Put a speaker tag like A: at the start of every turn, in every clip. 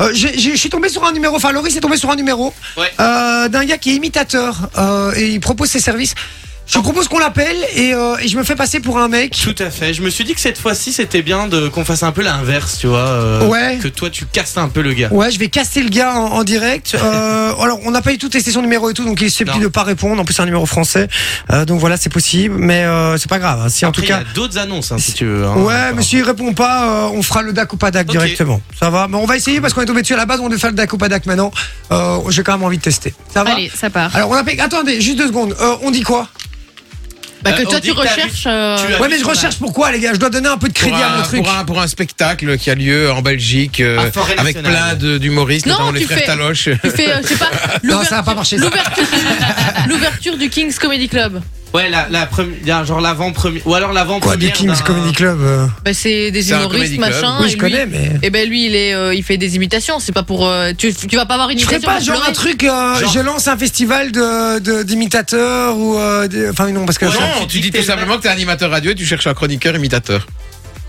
A: Euh, j'ai- j'ai- je suis tombé sur un numéro, enfin Laurie est tombé sur un numéro
B: Ouais.
A: euh, d'un gars qui est imitateur euh, et il propose ses services. Je propose qu'on l'appelle et, euh, et je me fais passer pour un mec.
B: Tout à fait. Je me suis dit que cette fois-ci, c'était bien de qu'on fasse un peu l'inverse, tu vois. euh,
A: Ouais.
B: Que toi, tu casses un peu le gars.
A: Ouais, je vais casser le gars en, en direct. Euh, alors, on n'a pas eu tout testé son numéro et tout, donc il est susceptible
B: Non.
A: de pas répondre. En plus, c'est un numéro français, Euh, donc voilà, c'est possible, mais euh, c'est pas grave. hein. Si en
B: Après,
A: tout cas,
B: il y a d'autres annonces, hein, si tu veux. hein.
A: Ouais, mais s'il répond pas, euh, on fera le DAC ou pas DAC
B: Ok.
A: directement. Ça va Mais on va essayer parce qu'on est tombé dessus à la base, on devait faire le DAC ou pas DAC maintenant. Euh, J'ai quand même envie de tester. Ça va
C: Allez, ça part.
A: Alors on appelle. Attendez, juste deux secondes. Euh, on dit quoi
D: Bah,
B: Euh,
D: que
B: on
D: toi,
B: dit
D: tu
B: que t'as vu-
D: recherches. euh,
B: tu as-
A: Ouais, mais je recherche pourquoi, les gars Je dois donner un peu de
E: Pour
A: crédit à
E: un,
A: mon truc.
E: pour, un, pour un spectacle qui a lieu en Belgique euh,
B: À Forêt
E: avec
B: Nationale.
E: plein de- d'humoristes,
D: Non,
E: notamment les
D: tu
E: frères
D: fais-
E: Taloche.
D: Tu fais, euh, je sais pas,
A: Non,
D: l'ouver-
A: ça va pas marcher. ça.
D: l'ouverture l'ouverture du King's Comedy Club.
B: Ouais, la, la première, genre l'avant-première, ou alors
A: Quoi,
B: l'avant-première.
A: du Kings
B: d'un-
A: Comedy Club euh,
D: Bah, c'est des
E: C'est un
D: humoristes,
E: comedy club.
D: machin.
A: Oui,
D: et
A: je
D: lui-
A: connais, mais.
D: Et ben lui, il est, euh, il fait des imitations. C'est pas pour. euh, tu, tu vas pas avoir une
A: Je ferais
D: imitation.
A: pas
D: pour
A: genre
D: pleurer.
A: un truc, euh,
B: Genre-
A: je lance un festival de de- d'imitateurs ou. euh, des- Enfin, non, parce que.
B: Ouais,
A: ça-
E: Non,
B: tu
E: tu
B: dis
E: dis
B: que t'es
E: tout
B: le
E: simplement que t'es animateur radio et tu cherches un chroniqueur imitateur.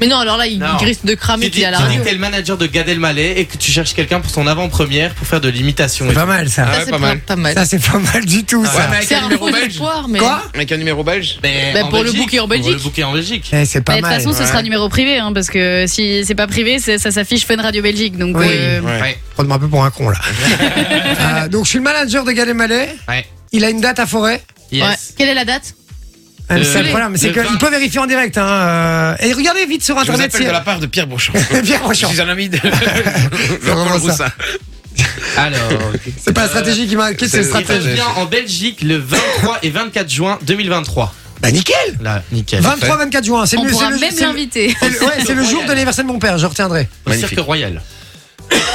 D: Mais non, alors là, il,
B: Non.
D: il risque de cramer
B: Tu
D: puis
B: dis,
D: à la
B: tu dis
D: radio.
B: que t'es le manager de Gad Elmaleh et que tu cherches quelqu'un pour son avant-première pour faire de l'imitation.
A: C'est pas mal ça.
E: Ah
D: Ça,
E: ouais,
D: c'est
E: pas mal.
D: Pas mal.
A: Ça, c'est pas mal du tout ça.
E: mais avec
D: C'est
E: un
D: un
E: numéro
D: faux
E: belge.
D: espoir, mais.
A: Quoi
E: Avec un numéro belge
B: Mais
D: Bah,
B: Ben, en
D: pour le booker en
B: Pour le
D: Belgique.
B: booker en Belgique.
A: Eh, C'est pas
C: Mais de toute
A: mal.
C: façon, ce
E: ouais.
C: sera numéro privé, hein, parce que si c'est pas privé, c'est- ça s'affiche Fun Radio Belgique. Donc,
A: Oui.
C: euh,
B: Ouais.
A: Prends-moi un peu pour un con là. Euh, donc je suis le manager de Gad Elmaleh.
B: Ouais.
A: Il a une date à Forêt.
D: Ouais.
B: Yes.
D: Quelle est la date
A: Euh,
B: Le-
A: c'est le
B: le-
A: problème, c'est
B: le
A: qu'il
B: 20.
A: peut vérifier en direct. Hein. euh, Et regardez vite sur
E: Je vous
A: internet.
E: appelle de la part de Pierre Brochon.
A: c'est bien
E: Je
A: franchement.
E: suis un ami de
A: vraiment
E: Jean-Paul
A: ça.
E: Roussin.
B: Alors.
A: C'est pas la stratégie qui m'a inquiété, c'est
E: c'est-
A: la
B: Il passe
A: stratégie.
B: bien en Belgique le 23 et 24 juin 2023.
A: Bah nickel.
B: Là, nickel.
A: 23-24 juin, c'est
C: on
A: mieux.
C: pourra
A: c'est le-
C: même
A: c'est le-
C: l'inviter.
A: c'est le- ouais, c'est le jour de l'anniversaire de mon père, je retiendrai.
B: Au cirque
E: Magnifique.
B: royal.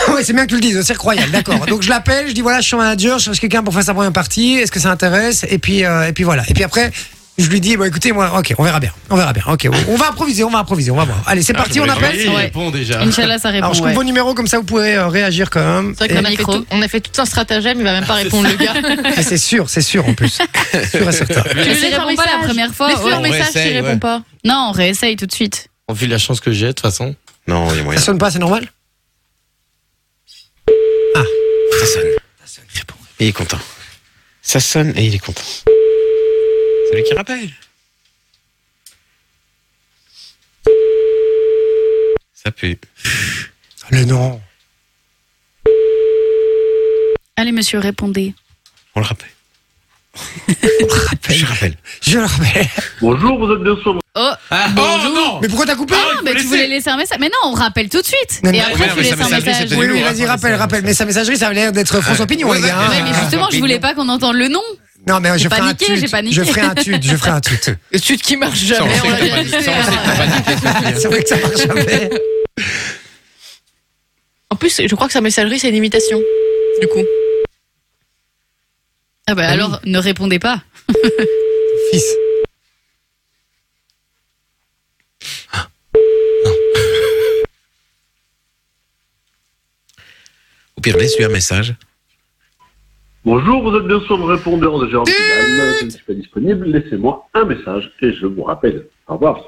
A: Ouais, c'est bien que tu le dises, au cirque royal, d'accord. Donc je l'appelle, je dis voilà, je suis un manager, je cherche quelqu'un pour faire sa première partie, est-ce que ça intéresse Et puis euh, et puis voilà. Et puis après, je lui dis bon écoutez moi, ok, on verra bien, on verra bien, ok, on- on va improviser, on va improviser, on va voir.
E: Ah,
A: Allez, c'est parti, on appelle.
B: Il
C: Ouais.
B: répond déjà.
C: Inch'Allah, ça répond.
A: Alors je coupe
C: ouais.
A: vos numéros comme ça vous pouvez euh, réagir quand même.
D: C'est vrai
A: Et-
D: qu'on a,
C: Le
D: fait
C: micro.
D: tout- on a fait tout un stratagème, il va même pas répondre le gars.
A: Ah, c'est sûr, c'est sûr en plus. sûr et certain.
C: Tu lui
D: Laissez un
C: réponds pas la
D: message.
C: première fois.
D: Laisse-lui
C: ouais.
D: un
E: on
D: message s'il
E: réessaye,
D: répond
E: ouais.
D: pas.
C: Non, on réessaye tout de suite.
B: En vue de la chance que j'ai, de toute façon.
E: Non, il y a moyen.
A: Ça sonne pas, c'est normal
E: Ça sonne. Il est content. Ça sonne et il est content. C'est lui qui rappelle. Ça pue.
A: Le non.
C: Allez, monsieur, répondez.
E: On le rappelle. Je rappelle.
A: Je le rappelle.
F: Bonjour, vous êtes bien sûr.
C: Oh,
B: Ah,
E: Oh non
A: Mais pourquoi t'as coupé
C: ah, mais tu voulais laisser un message. Mais non, on rappelle tout de suite.
A: Non,
C: Et
A: non,
C: après,
E: non,
C: tu
E: mais
C: laisses
E: ça,
C: un
E: mais ça,
C: message.
E: mais ça,
A: Oui, oui,
E: lourd,
A: vas-y,
E: hein,
A: rappelle,
E: ça,
A: rappelle.
E: ça.
A: Mais sa messagerie, ça a l'air d'être François Pignon,
E: ouais,
A: les
E: ouais,
A: gars.
E: ouais,
C: Ouais,
A: hein.
C: mais justement, je voulais pas qu'on entende le nom.
A: Non, mais je
C: J'ai
A: ferai un
C: paniqué, j'ai
A: tweet.
C: paniqué.
A: Je ferai un tweet, je ferai un tweet.
D: Sud qui marche
E: Ça, on
D: jamais.
E: sait
D: on
E: que
D: l'a
E: t'as
D: déjà
E: pas dit-
D: testé,
E: ça, on sait que t'as
D: hein.
E: pas dit que-
A: c'est vrai que ça marche jamais.
D: En plus, je crois que sa messagerie, c'est une imitation. Du coup.
C: Ah bah alors, ne répondez pas.
A: Fils.
E: Au pire, laisse-lui un message.
F: Bonjour, vous êtes bien sûr le répondeur de Jérôme Kidal. Je ne suis pas disponible. Laissez-moi un message et je vous rappelle. Au revoir.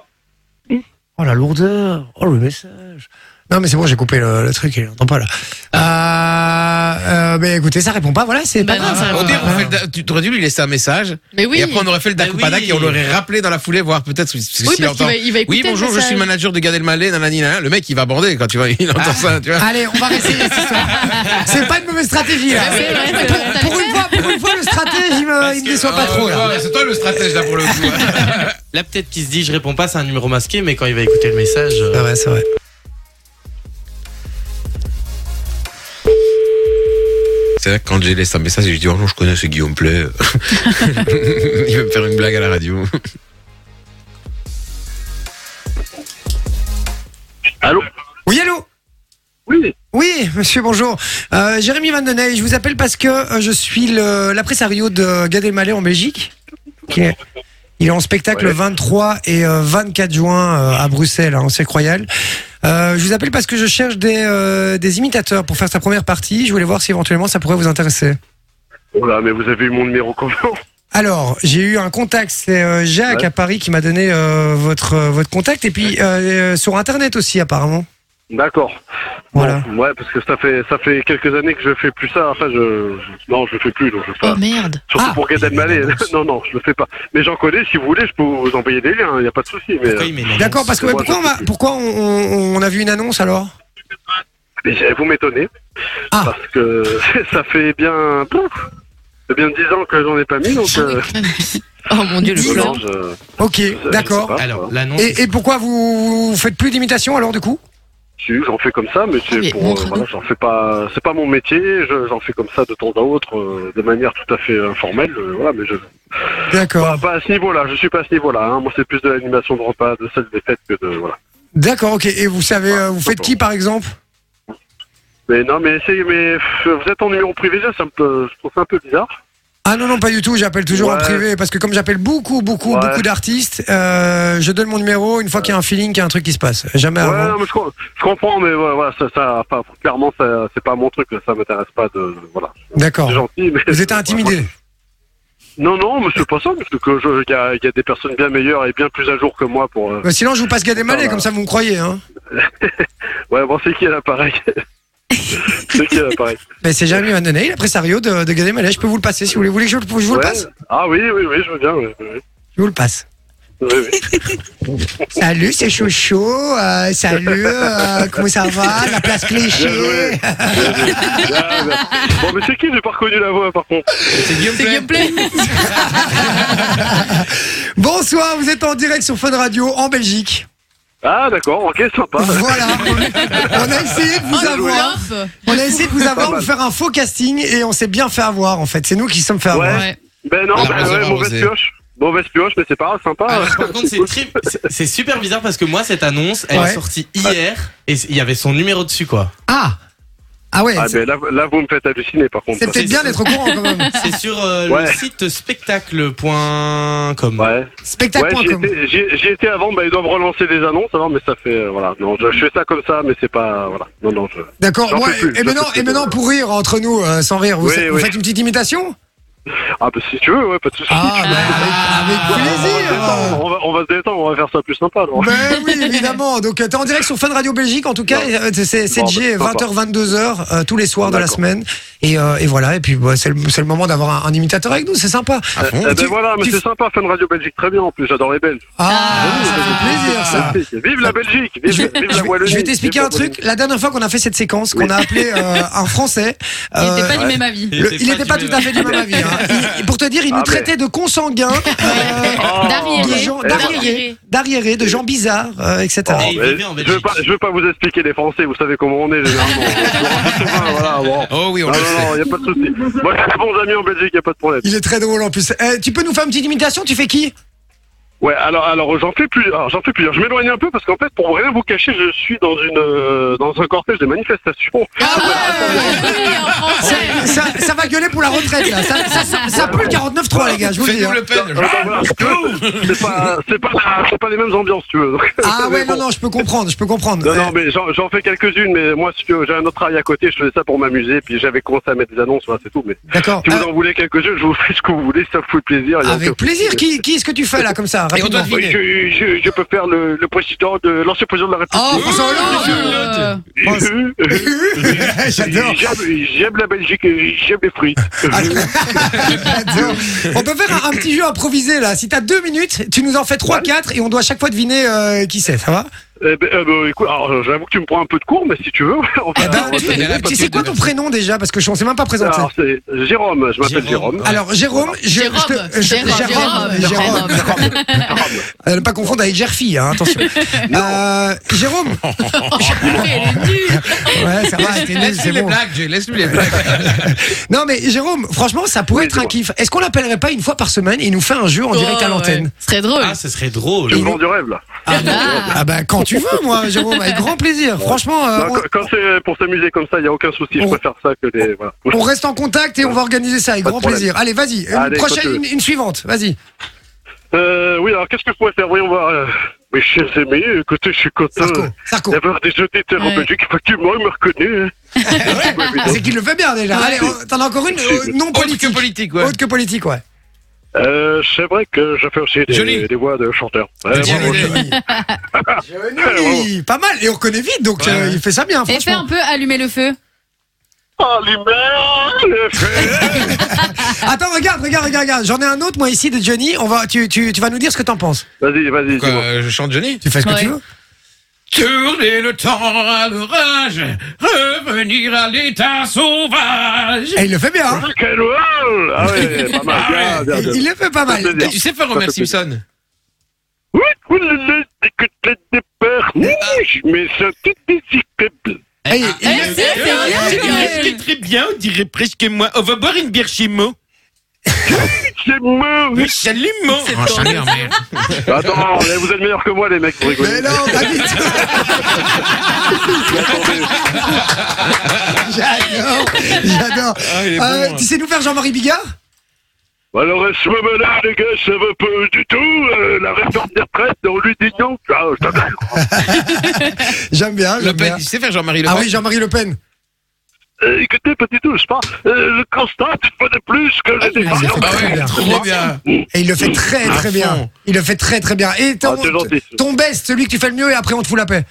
A: Oh la lourdeur. Oh le message. Non, mais c'est bon, j'ai coupé le, le truc, il entend pas là. Euh, euh, mais écoutez, ça répond pas, voilà, c'est
D: Bah
A: pas
D: non,
A: grave.
D: ça répond
E: Au pire, on
A: Ah.
E: fait le da- tu aurais dû lui laisser un message.
D: Mais oui.
E: Et après, on aurait fait le
B: Mais
E: Dakupada
B: oui.
E: et on l'aurait rappelé dans la foulée, voir peut-être si- s'il
D: Oui, parce qu'il
E: entend.
D: va, il va écouter.
E: Oui, bonjour,
D: le
E: je suis le
D: message.
E: manager de Gad Elmaleh, nanani, nanana. Le mec, il va bander quand tu vois, il entend ça, tu vois.
A: Allez, on va réessayer cette histoire. C'est pas une mauvaise stratégie là.
C: C'est vrai, c'est vrai.
A: Pour une fois, pour une fois, le stratège, il me, il me déçoit pas
E: Ah,
A: trop
E: ouais,
A: là.
E: ouais, C'est toi le stratège là pour le coup. hein.
B: Là, peut-être qu'il se dit, je réponds pas, c'est un numéro masqué, mais quand il va écouter le message. euh,
A: C'est
F: Ah.
A: vrai, Ah c'est vrai.
E: C'est vrai que quand j'ai laissé un message, j'ai dit oh non, je connais ce Guillaume Play. Il veut me faire une blague à la radio.
F: Allô
A: Oui, allô
F: Oui,
A: Oui, monsieur, bonjour. Euh, Jérémy Van Deney, je vous appelle parce que euh, je suis le- l'apressario de Gad Elmaleh en Belgique. qui est- il est en spectacle le
F: Ouais.
A: 23 et euh, 24 juin euh, à Bruxelles, hein, c'est croyable. Euh, je vous appelle parce que je cherche des, euh, des imitateurs pour faire sa première partie. Je voulais voir si éventuellement ça pourrait vous intéresser.
F: Oh là, mais vous avez eu mon numéro comment
A: Alors, j'ai eu un contact, c'est euh, Jacques
F: Ouais.
A: à Paris qui m'a donné euh, votre euh, votre contact et puis euh, euh, sur internet aussi apparemment.
F: D'accord.
A: Voilà.
F: Bon, ouais, parce que ça fait ça fait quelques années que je fais plus ça. Enfin, je, je- non, je le fais plus, donc je fais pas.
D: Oh merde.
F: Surtout
A: Ah.
F: pour Gad Elmaleh. Non, non, je le fais pas. Mais j'en connais. Si vous voulez, je peux vous envoyer des liens. Il n'y a pas de souci. Mais,
B: Pourquoi il m'énerve
A: D'accord, parce que ouais,
F: Moi,
A: pourquoi, on,
F: j'en
A: va-
F: peux plus.
A: pourquoi on, on- on a vu une annonce alors
F: euh, mais vous m'étonnez
A: Ah.
F: parce que ça fait bien pouf, ça fait bien dix ans que j'en ai pas mis. Donc,
A: Ah,
F: euh,
D: Oh mon dieu, le
F: je
D: plan.
F: mélange, euh,
A: Ok,
F: je sais
A: d'accord.
F: pas,
B: Alors,
F: voilà.
B: l'annonce.
A: Et, et pourquoi vous, vous faites plus d'imitation alors du coup
F: Si, j'en fais comme ça, mais
D: Ah, mais
F: c'est pour euh,
D: montre-nous.
F: voilà, j'en fais pas. C'est pas mon métier. je- J'en fais comme ça de temps à autre, euh, de manière tout à fait informelle. euh, voilà, mais je
A: D'accord.
F: Pas à ce niveau-là, je suis pas à ce niveau-là. hein. Moi, c'est plus de l'animation de repas, de celle des fêtes que de. Voilà.
A: D'accord, ok. Et vous savez, euh, vous
F: Bah,
A: faites qui par exemple
F: Mais non, mais essayez, mais pff, vous êtes en numéro privé, ça, ça me, peut- je trouve ça un peu bizarre.
A: Ah non, non, pas du tout. J'appelle toujours en
F: Ouais.
A: privé parce que comme j'appelle beaucoup, beaucoup,
F: Ouais.
A: beaucoup d'artistes, euh, je donne mon numéro une fois qu'il y a un feeling, qu'il y a un truc qui se passe. Jamais
D: Ben,
F: ouais,
A: avant.
F: non, mais je, com- je comprends, mais voilà, voilà, ça, ça, enfin, clairement, ça, c'est pas mon truc, ça m'intéresse pas de. Voilà.
A: D'accord.
D: Oh.
F: C'est gentil, mais.
A: Vous êtes intimidé.
F: Non, non, mais c'est pas ça, parce que je- il y a, il y a des personnes bien meilleures et bien plus à jour que moi pour. euh,
A: Euh, Sinon, je vous passe Gad Elmaleh,
F: Voilà.
A: comme ça vous me croyez. Hein.
F: Ouais, bon, c'est qui à l'appareil C'est qui à l'appareil
A: Mais c'est Jérémy Van Den Eyl, impresario de, de Gad Elmaleh. Je peux vous le passer si vous voulez. Vous voulez que je, vous- je vous le
F: Ouais.
A: passe
F: Ah oui, oui, oui, je veux bien. oui, oui,
A: Je vous le passe.
F: oui, oui.
A: Salut, c'est Chouchou. euh, salut, euh, comment ça va La place
F: Bien joué.
A: cliché.
F: Bien joué. Bien, bien. Bon, mais c'est qui J'ai pas reconnu la voix, par contre.
B: C'est Guillaume
D: C'est
B: Play.
D: gameplay.
A: Bonsoir, vous êtes en direct sur Fun Radio en Belgique.
F: Ah, d'accord, ok, sympa.
A: Voilà. On a essayé de vous
D: Oh le
A: avoir.
D: bluff.
A: On a essayé de vous avoir,
F: Pas mal.
A: vous faire un faux casting et on s'est bien fait avoir en fait. C'est nous qui se sommes fait avoir.
F: Ouais.
D: Ouais.
F: Ben non,
E: Ah,
F: ben
E: arrosé,
F: ouais, mauvaise
E: arrosé.
F: pioche. Mauvaise pioche, mais c'est pas grave, sympa.
A: Ah,
F: Ah,
B: Alors, par contre, c'est tri- c'est- c'est super bizarre parce que moi, cette annonce, elle
A: Ouais.
B: est sortie hier et il y avait son numéro dessus, quoi.
A: Ah Ah ouais
F: Ah, bah,
A: c'est-
F: mais là, là, vous me faites halluciner, par contre.
A: C'est peut-être bien d'être au courant quand même.
B: C'est sur euh, le
F: Ouais.
B: site spectacle.com.
F: Ouais, ouais j'y
A: Spectacle.com.
F: étais, j'y- j'y étais avant, bah, ils doivent relancer les annonces, alors, mais ça fait, euh, voilà. Non, je, je fais ça comme ça, mais c'est pas, voilà. Non, non, je...
A: D'accord.
F: J'en peux
A: ouais.
F: plus,
A: et
F: j'en
A: maintenant,
F: peux plus.
A: et maintenant pour rire entre nous, euh, sans rire, vous,
F: Oui,
A: faites- vous
F: oui.
A: faites une petite imitation
F: Ah, bah, si tu veux, ouais, pas de soucis.
A: Ah bah, avec,
F: on,
A: avec
F: va se
A: plaisir.
F: détendre, Ah, on, va, on va se détendre, on va faire ça plus sympa, alors.
A: Ben oui, évidemment. Donc, euh, t'es en direct sur Fun Radio Belgique, en tout cas.
F: Bon.
A: et, euh, C'est
F: Bon,
A: CG,
F: bah,
A: 20h, 22h, euh, tous les soirs de la
F: D'accord.
A: semaine. Et, euh, et voilà. Et puis, bah, c'est le, c'est le moment d'avoir un, un imitateur avec nous. C'est sympa.
E: Ah bon
A: tu-
F: Eh ben voilà, mais
A: tu-
F: c'est sympa, Fun Radio Belgique, très bien en plus, j'adore les Belges.
A: Ah, ça fait plaisir, ça. Ah.
F: Magnifique. Vive la Belgique, vive,
A: Je vais,
F: vive
A: je
F: la
A: vais-
F: Wallonie.
A: je vais t'expliquer
F: vive
A: un
F: la
A: truc. La dernière fois qu'on a fait cette séquence, qu'on a appelé euh, un Français,
D: Il était
A: euh,
D: pas du
F: ouais.
D: même avis.
A: le- il n'était pas, tout à fait du même avis. hein. Il- pour te dire, il nous
F: Ah, mais-
A: traitait de consanguins, euh,
F: Wallonie.
A: de
D: D'arriéré.
A: gens-
F: Eh,
A: d'arriérés, d'arriérés, de gens bizarres, euh, etc.
F: Oh,
B: Et il
F: mais
B: vivait en
F: je veux
B: Belgique.
F: pas, je veux pas vous expliquer les Français, vous savez comment on est généralement. On est un peu chauvin, voilà, bon.
E: Oh oui, on
F: Non,
E: le
F: non,
E: sait.
F: non, y a pas de souci. Moi, j'ai de bons amis en Belgique, y a pas de problème.
A: Il est très drôle en plus. Eh, tu peux nous faire une petite imitation Tu fais qui
F: Ouais, alors, alors j'en fais plus, alors, j'en fais plusieurs. Je m'éloigne un peu parce qu'en fait, pour rien vous cacher, je suis dans une, euh, dans un cortège de manifestations.
A: Ah,
D: Oui, en français.
A: ça, ça va gueuler pour la retraite, là. Ça, ça, ça, ça pue le 49-3, les gars, je vous le dis.
E: Faites-nous
A: hein.
E: le pen.
F: Euh, ben, voilà. C'est pas, c'est pas, la- c'est pas les mêmes ambiances, tu veux.
A: Ah
F: Mais
A: ouais,
F: bon.
A: non, non, je peux comprendre, je peux comprendre. Euh,
F: Non, non, mais j'en j'en fais quelques-unes, mais moi, si tu veux, j'ai un autre travail à côté, je faisais ça pour m'amuser, puis j'avais commencé à mettre des annonces, voilà, c'est tout. Mais
A: Euh, D'accord.
F: si
A: Euh,
F: vous euh, en voulez quelques-unes, je vous fais ce que vous voulez, ça vous fait plaisir. il y a
A: avec
F: aucun-
A: plaisir, qui, qui est-ce que tu fais, là, comme ça,
E: Et on doit
A: rapidement
F: Oui,
E: deviner.
F: je, je, je peux faire le, le président de l'ancien président de la
A: Oh,
F: République.
A: François Hollande
D: Euh,
F: Euh, euh,
A: J'adore, Ah,
F: J'aime j'aime la Belgique et j'aime les fruits.
A: j'adore. On peut faire un, un petit jeu improvisé, là. Si t'as deux minutes, tu nous en fais trois, quatre, et on doit à chaque fois deviner euh, qui c'est, ça va
F: Eh ben, eh ben, écoute, alors j'avoue que tu me prends un peu de cours, mais si tu veux, on
E: Ah,
F: va-
A: Eh ben,
F: on va
A: tu-
F: te-
E: la
A: tu- C'est
E: papier
A: quoi
E: de
A: ton
E: verre.
A: prénom, déjà Parce que je ne sais même pas présenter.
F: Alors, c'est Jérôme, je m'appelle Jérôme.
A: Alors, Jérôme, je- je,
D: Jérôme,
A: te- euh, je-
D: Jérôme, Jérôme,
A: Jérôme.
D: Jérôme.
A: Euh, ne pas confondre avec Jerfi, hein, attention. Euh, Jérôme Ouais, ça va, t'es nul, c'est
E: Laisse-lui les
A: bon.
E: blagues, Jay, laisse-lui les blagues.
A: Non, mais Jérôme, franchement, ça pourrait
F: Oui,
A: être un kiff.
F: dis-moi.
A: Est-ce qu'on l'appellerait pas une fois par semaine et il nous fait un jeu en direct à
D: Oh, ouais.
A: l'antenne
D: Ce serait drôle.
B: Ah, ce serait drôle.
F: Je me vends du rêve, là.
A: ah, bah, ah bah, quand tu veux, moi, Jérôme, avec grand plaisir. Franchement, euh,
F: Non, quand quand c'est pour s'amuser comme ça, il n'y a aucun souci. Je
A: On-
F: préfère ça que des. Voilà.
A: on, on reste en contact et on va organiser ça avec
F: Pas de
A: grand
F: problème.
A: plaisir. Allez, vas-y, une
F: Allez,
A: prochaine, une,
F: continue.
A: une suivante, vas-y.
F: Euh, oui, alors qu'est-ce que je pourrais faire Voyons voir. euh, Mes chers amis, écoutez, je suis content
A: Sarko, Sarko.
F: d'avoir des auditeurs
D: Ouais.
F: en Belgique. Effectivement, ils me reconnaissent. hein.
A: Ah, C'est qu'il le fait bien déjà. Allez, on- t'en as encore une, euh, non
E: Autre
A: politique. Oh,
E: que politique, ouais.
A: Autre que politique, ouais.
F: Euh, c'est vrai que je fais aussi
E: Joli.
F: des, des voix de chanteurs. Ouais,
E: Joli.
F: Eh, bravo.
A: Johnny. Johnny, Pas mal, et on connaît vite, donc
B: Ouais.
A: euh, il fait ça bien,
C: Et fais
A: franchement.
C: un peu allumer le feu.
F: Ah, l'hiver, les fées.
A: Attends, regarde, regarde, regarde, regarde. J'en ai un autre, moi, ici, de Johnny. On va, tu, tu, tu vas nous dire ce que t'en penses.
F: Vas-y, vas-y,
E: Quoi,
F: dis-moi.
E: euh, je chante Johnny
A: Tu fais ce que
C: Ouais.
A: tu veux.
E: Tourner le temps à l'orage, revenir à l'état sauvage.
A: Et il le fait bien. hein.
F: Rock and roll Ah ouais, pas mal.
E: Ah
F: Bien, bien,
A: Il,
F: bien.
A: il le fait pas mal.
F: Ça fait bien.
E: Tu sais faire Homer
F: Ça fait
E: Simpson
F: Oui, oui, le, le, des côtelettes de porc. Oui, mais c'est tout décyclable.
A: Eh, il- il-
C: Eh, c'est- c'est bien, Joël.
E: très bien, on dirait presque moi. On va boire une bière chez Mo.
F: C'est mauvais.
E: salut Mo.
F: Attends, mais vous êtes meilleurs que moi, les mecs, vous rigolez.
A: Mais non, pas du tout. J'adore, j'adore.
E: Ah, il
A: Euh,
E: est bon, hein.
A: tu sais nous faire Jean-Marie Bigard
F: Alors, à ce moment-là, les gars, ça va pas du tout. euh, la réforme des retraites, on lui dit non. Ah, je t'appelle.
A: J'aime bien,
E: Le
A: Ah, j'aime
E: Pen,
A: bien.
E: tu sais faire Jean-Marie Le
A: Ah
E: Pen
A: oui, Jean-Marie Le Pen.
F: Euh, écoutez, petit tout, je pense. Euh, je constate une fois de plus que les
A: il le
F: défenseurs.
A: fait très bien.
E: Ah Trop bien.
A: Et il le fait très
E: À
A: très bien.
E: fond.
A: Il le fait très très bien. Et ton,
F: Ah, c'est gentil.
A: ton best, celui que tu fais le mieux et après on te fout la paix.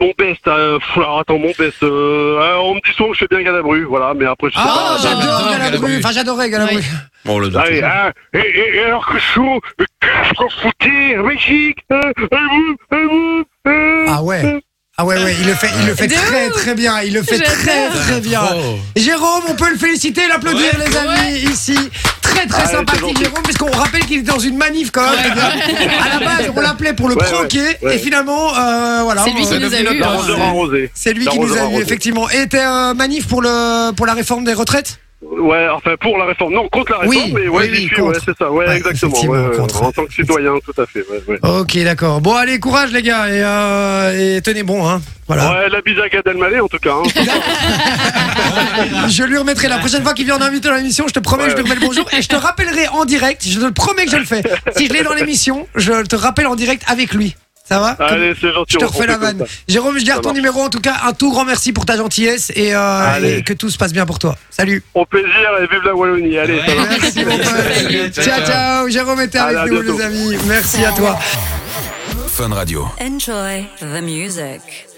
F: Mon best, euh, pff, alors attends, mon best. euh, euh, on me dit souvent que je fais bien Galabru, voilà, mais après, je sais
A: Ah,
F: pas.
A: j'adore
E: j'adore
A: Galabru.
E: Galabru.
A: Enfin, j'adorais Galabru.
C: Oui.
E: Bon, le
F: Ah, et, ah, et, et, et alors que je suis au- mais qu'est-ce qu'on foutait, Belgique, euh, euh, vous, euh, vous, euh,
A: Ah ouais. Ah ouais, ouais, il le fait, il le fait
C: De
A: très très bien. Il le fait
C: J'adore.
A: très très bien.
E: Oh.
A: Jérôme, on peut le féliciter, l'applaudir, les amis, ici. Très très
F: Ah, c'est
A: sympathique,
F: gentil.
A: Jérôme, puisqu'on rappelle qu'il était dans une manif quand même. les gars. À la base, on l'appelait pour le
F: Ouais,
A: croquer,
F: ouais.
A: et finalement, euh, voilà.
C: C'est lui
A: on-
C: qui nous a hein. eu.
F: la rondeur arrosée.
A: C'est lui
F: La
A: qui nous
F: rondeur
A: a eu,
F: arrosée.
A: effectivement. Et t'es euh, manif pour, le, pour la réforme des retraites
F: Ouais, enfin pour la réforme, non contre la
A: Oui,
F: réforme, mais ouais,
A: oui,
F: j'y
A: oui,
F: suis, ouais,
A: contre.
F: c'est ça, ouais,
A: Ouais,
F: exactement,
A: effectivement,
F: ouais, ouais,
A: contre.
F: en tant que citoyen, tout à fait, ouais, ouais.
A: Ok, d'accord. Bon, allez, courage, les gars, et, euh, et tenez bon, hein. Voilà.
F: Ouais, la bise à Gad Elmaleh, en tout cas. Hein.
A: Je lui remettrai la prochaine fois qu'il vient en invité dans l'émission, je te promets,
F: Ouais.
A: je te remets le bonjour et je te rappellerai en direct, je te le promets que je le fais. Si je l'ai dans l'émission, je te rappelle en direct avec lui. Ça va Comme-
F: Allez, c'est gentil.
A: Je te
F: on- on
A: refais
F: fait
A: la
F: comme
A: vanne.
F: ça.
A: Jérôme, je garde
F: Ça
A: ton
F: marche.
A: numéro. En tout cas, un tout grand merci pour ta gentillesse et, euh,
F: Allez.
A: et que tout se passe bien pour toi. Salut.
F: Au plaisir et vive la Wallonie. Allez, ça va.
A: Merci, mon pote.
B: Salut,
A: Ciao,
B: ciao.
A: ciao. Jérôme était
F: Allez,
A: avec
F: à
A: nous,
F: bientôt.
A: les amis. Merci à toi.
G: Fun Radio.
H: Enjoy the music.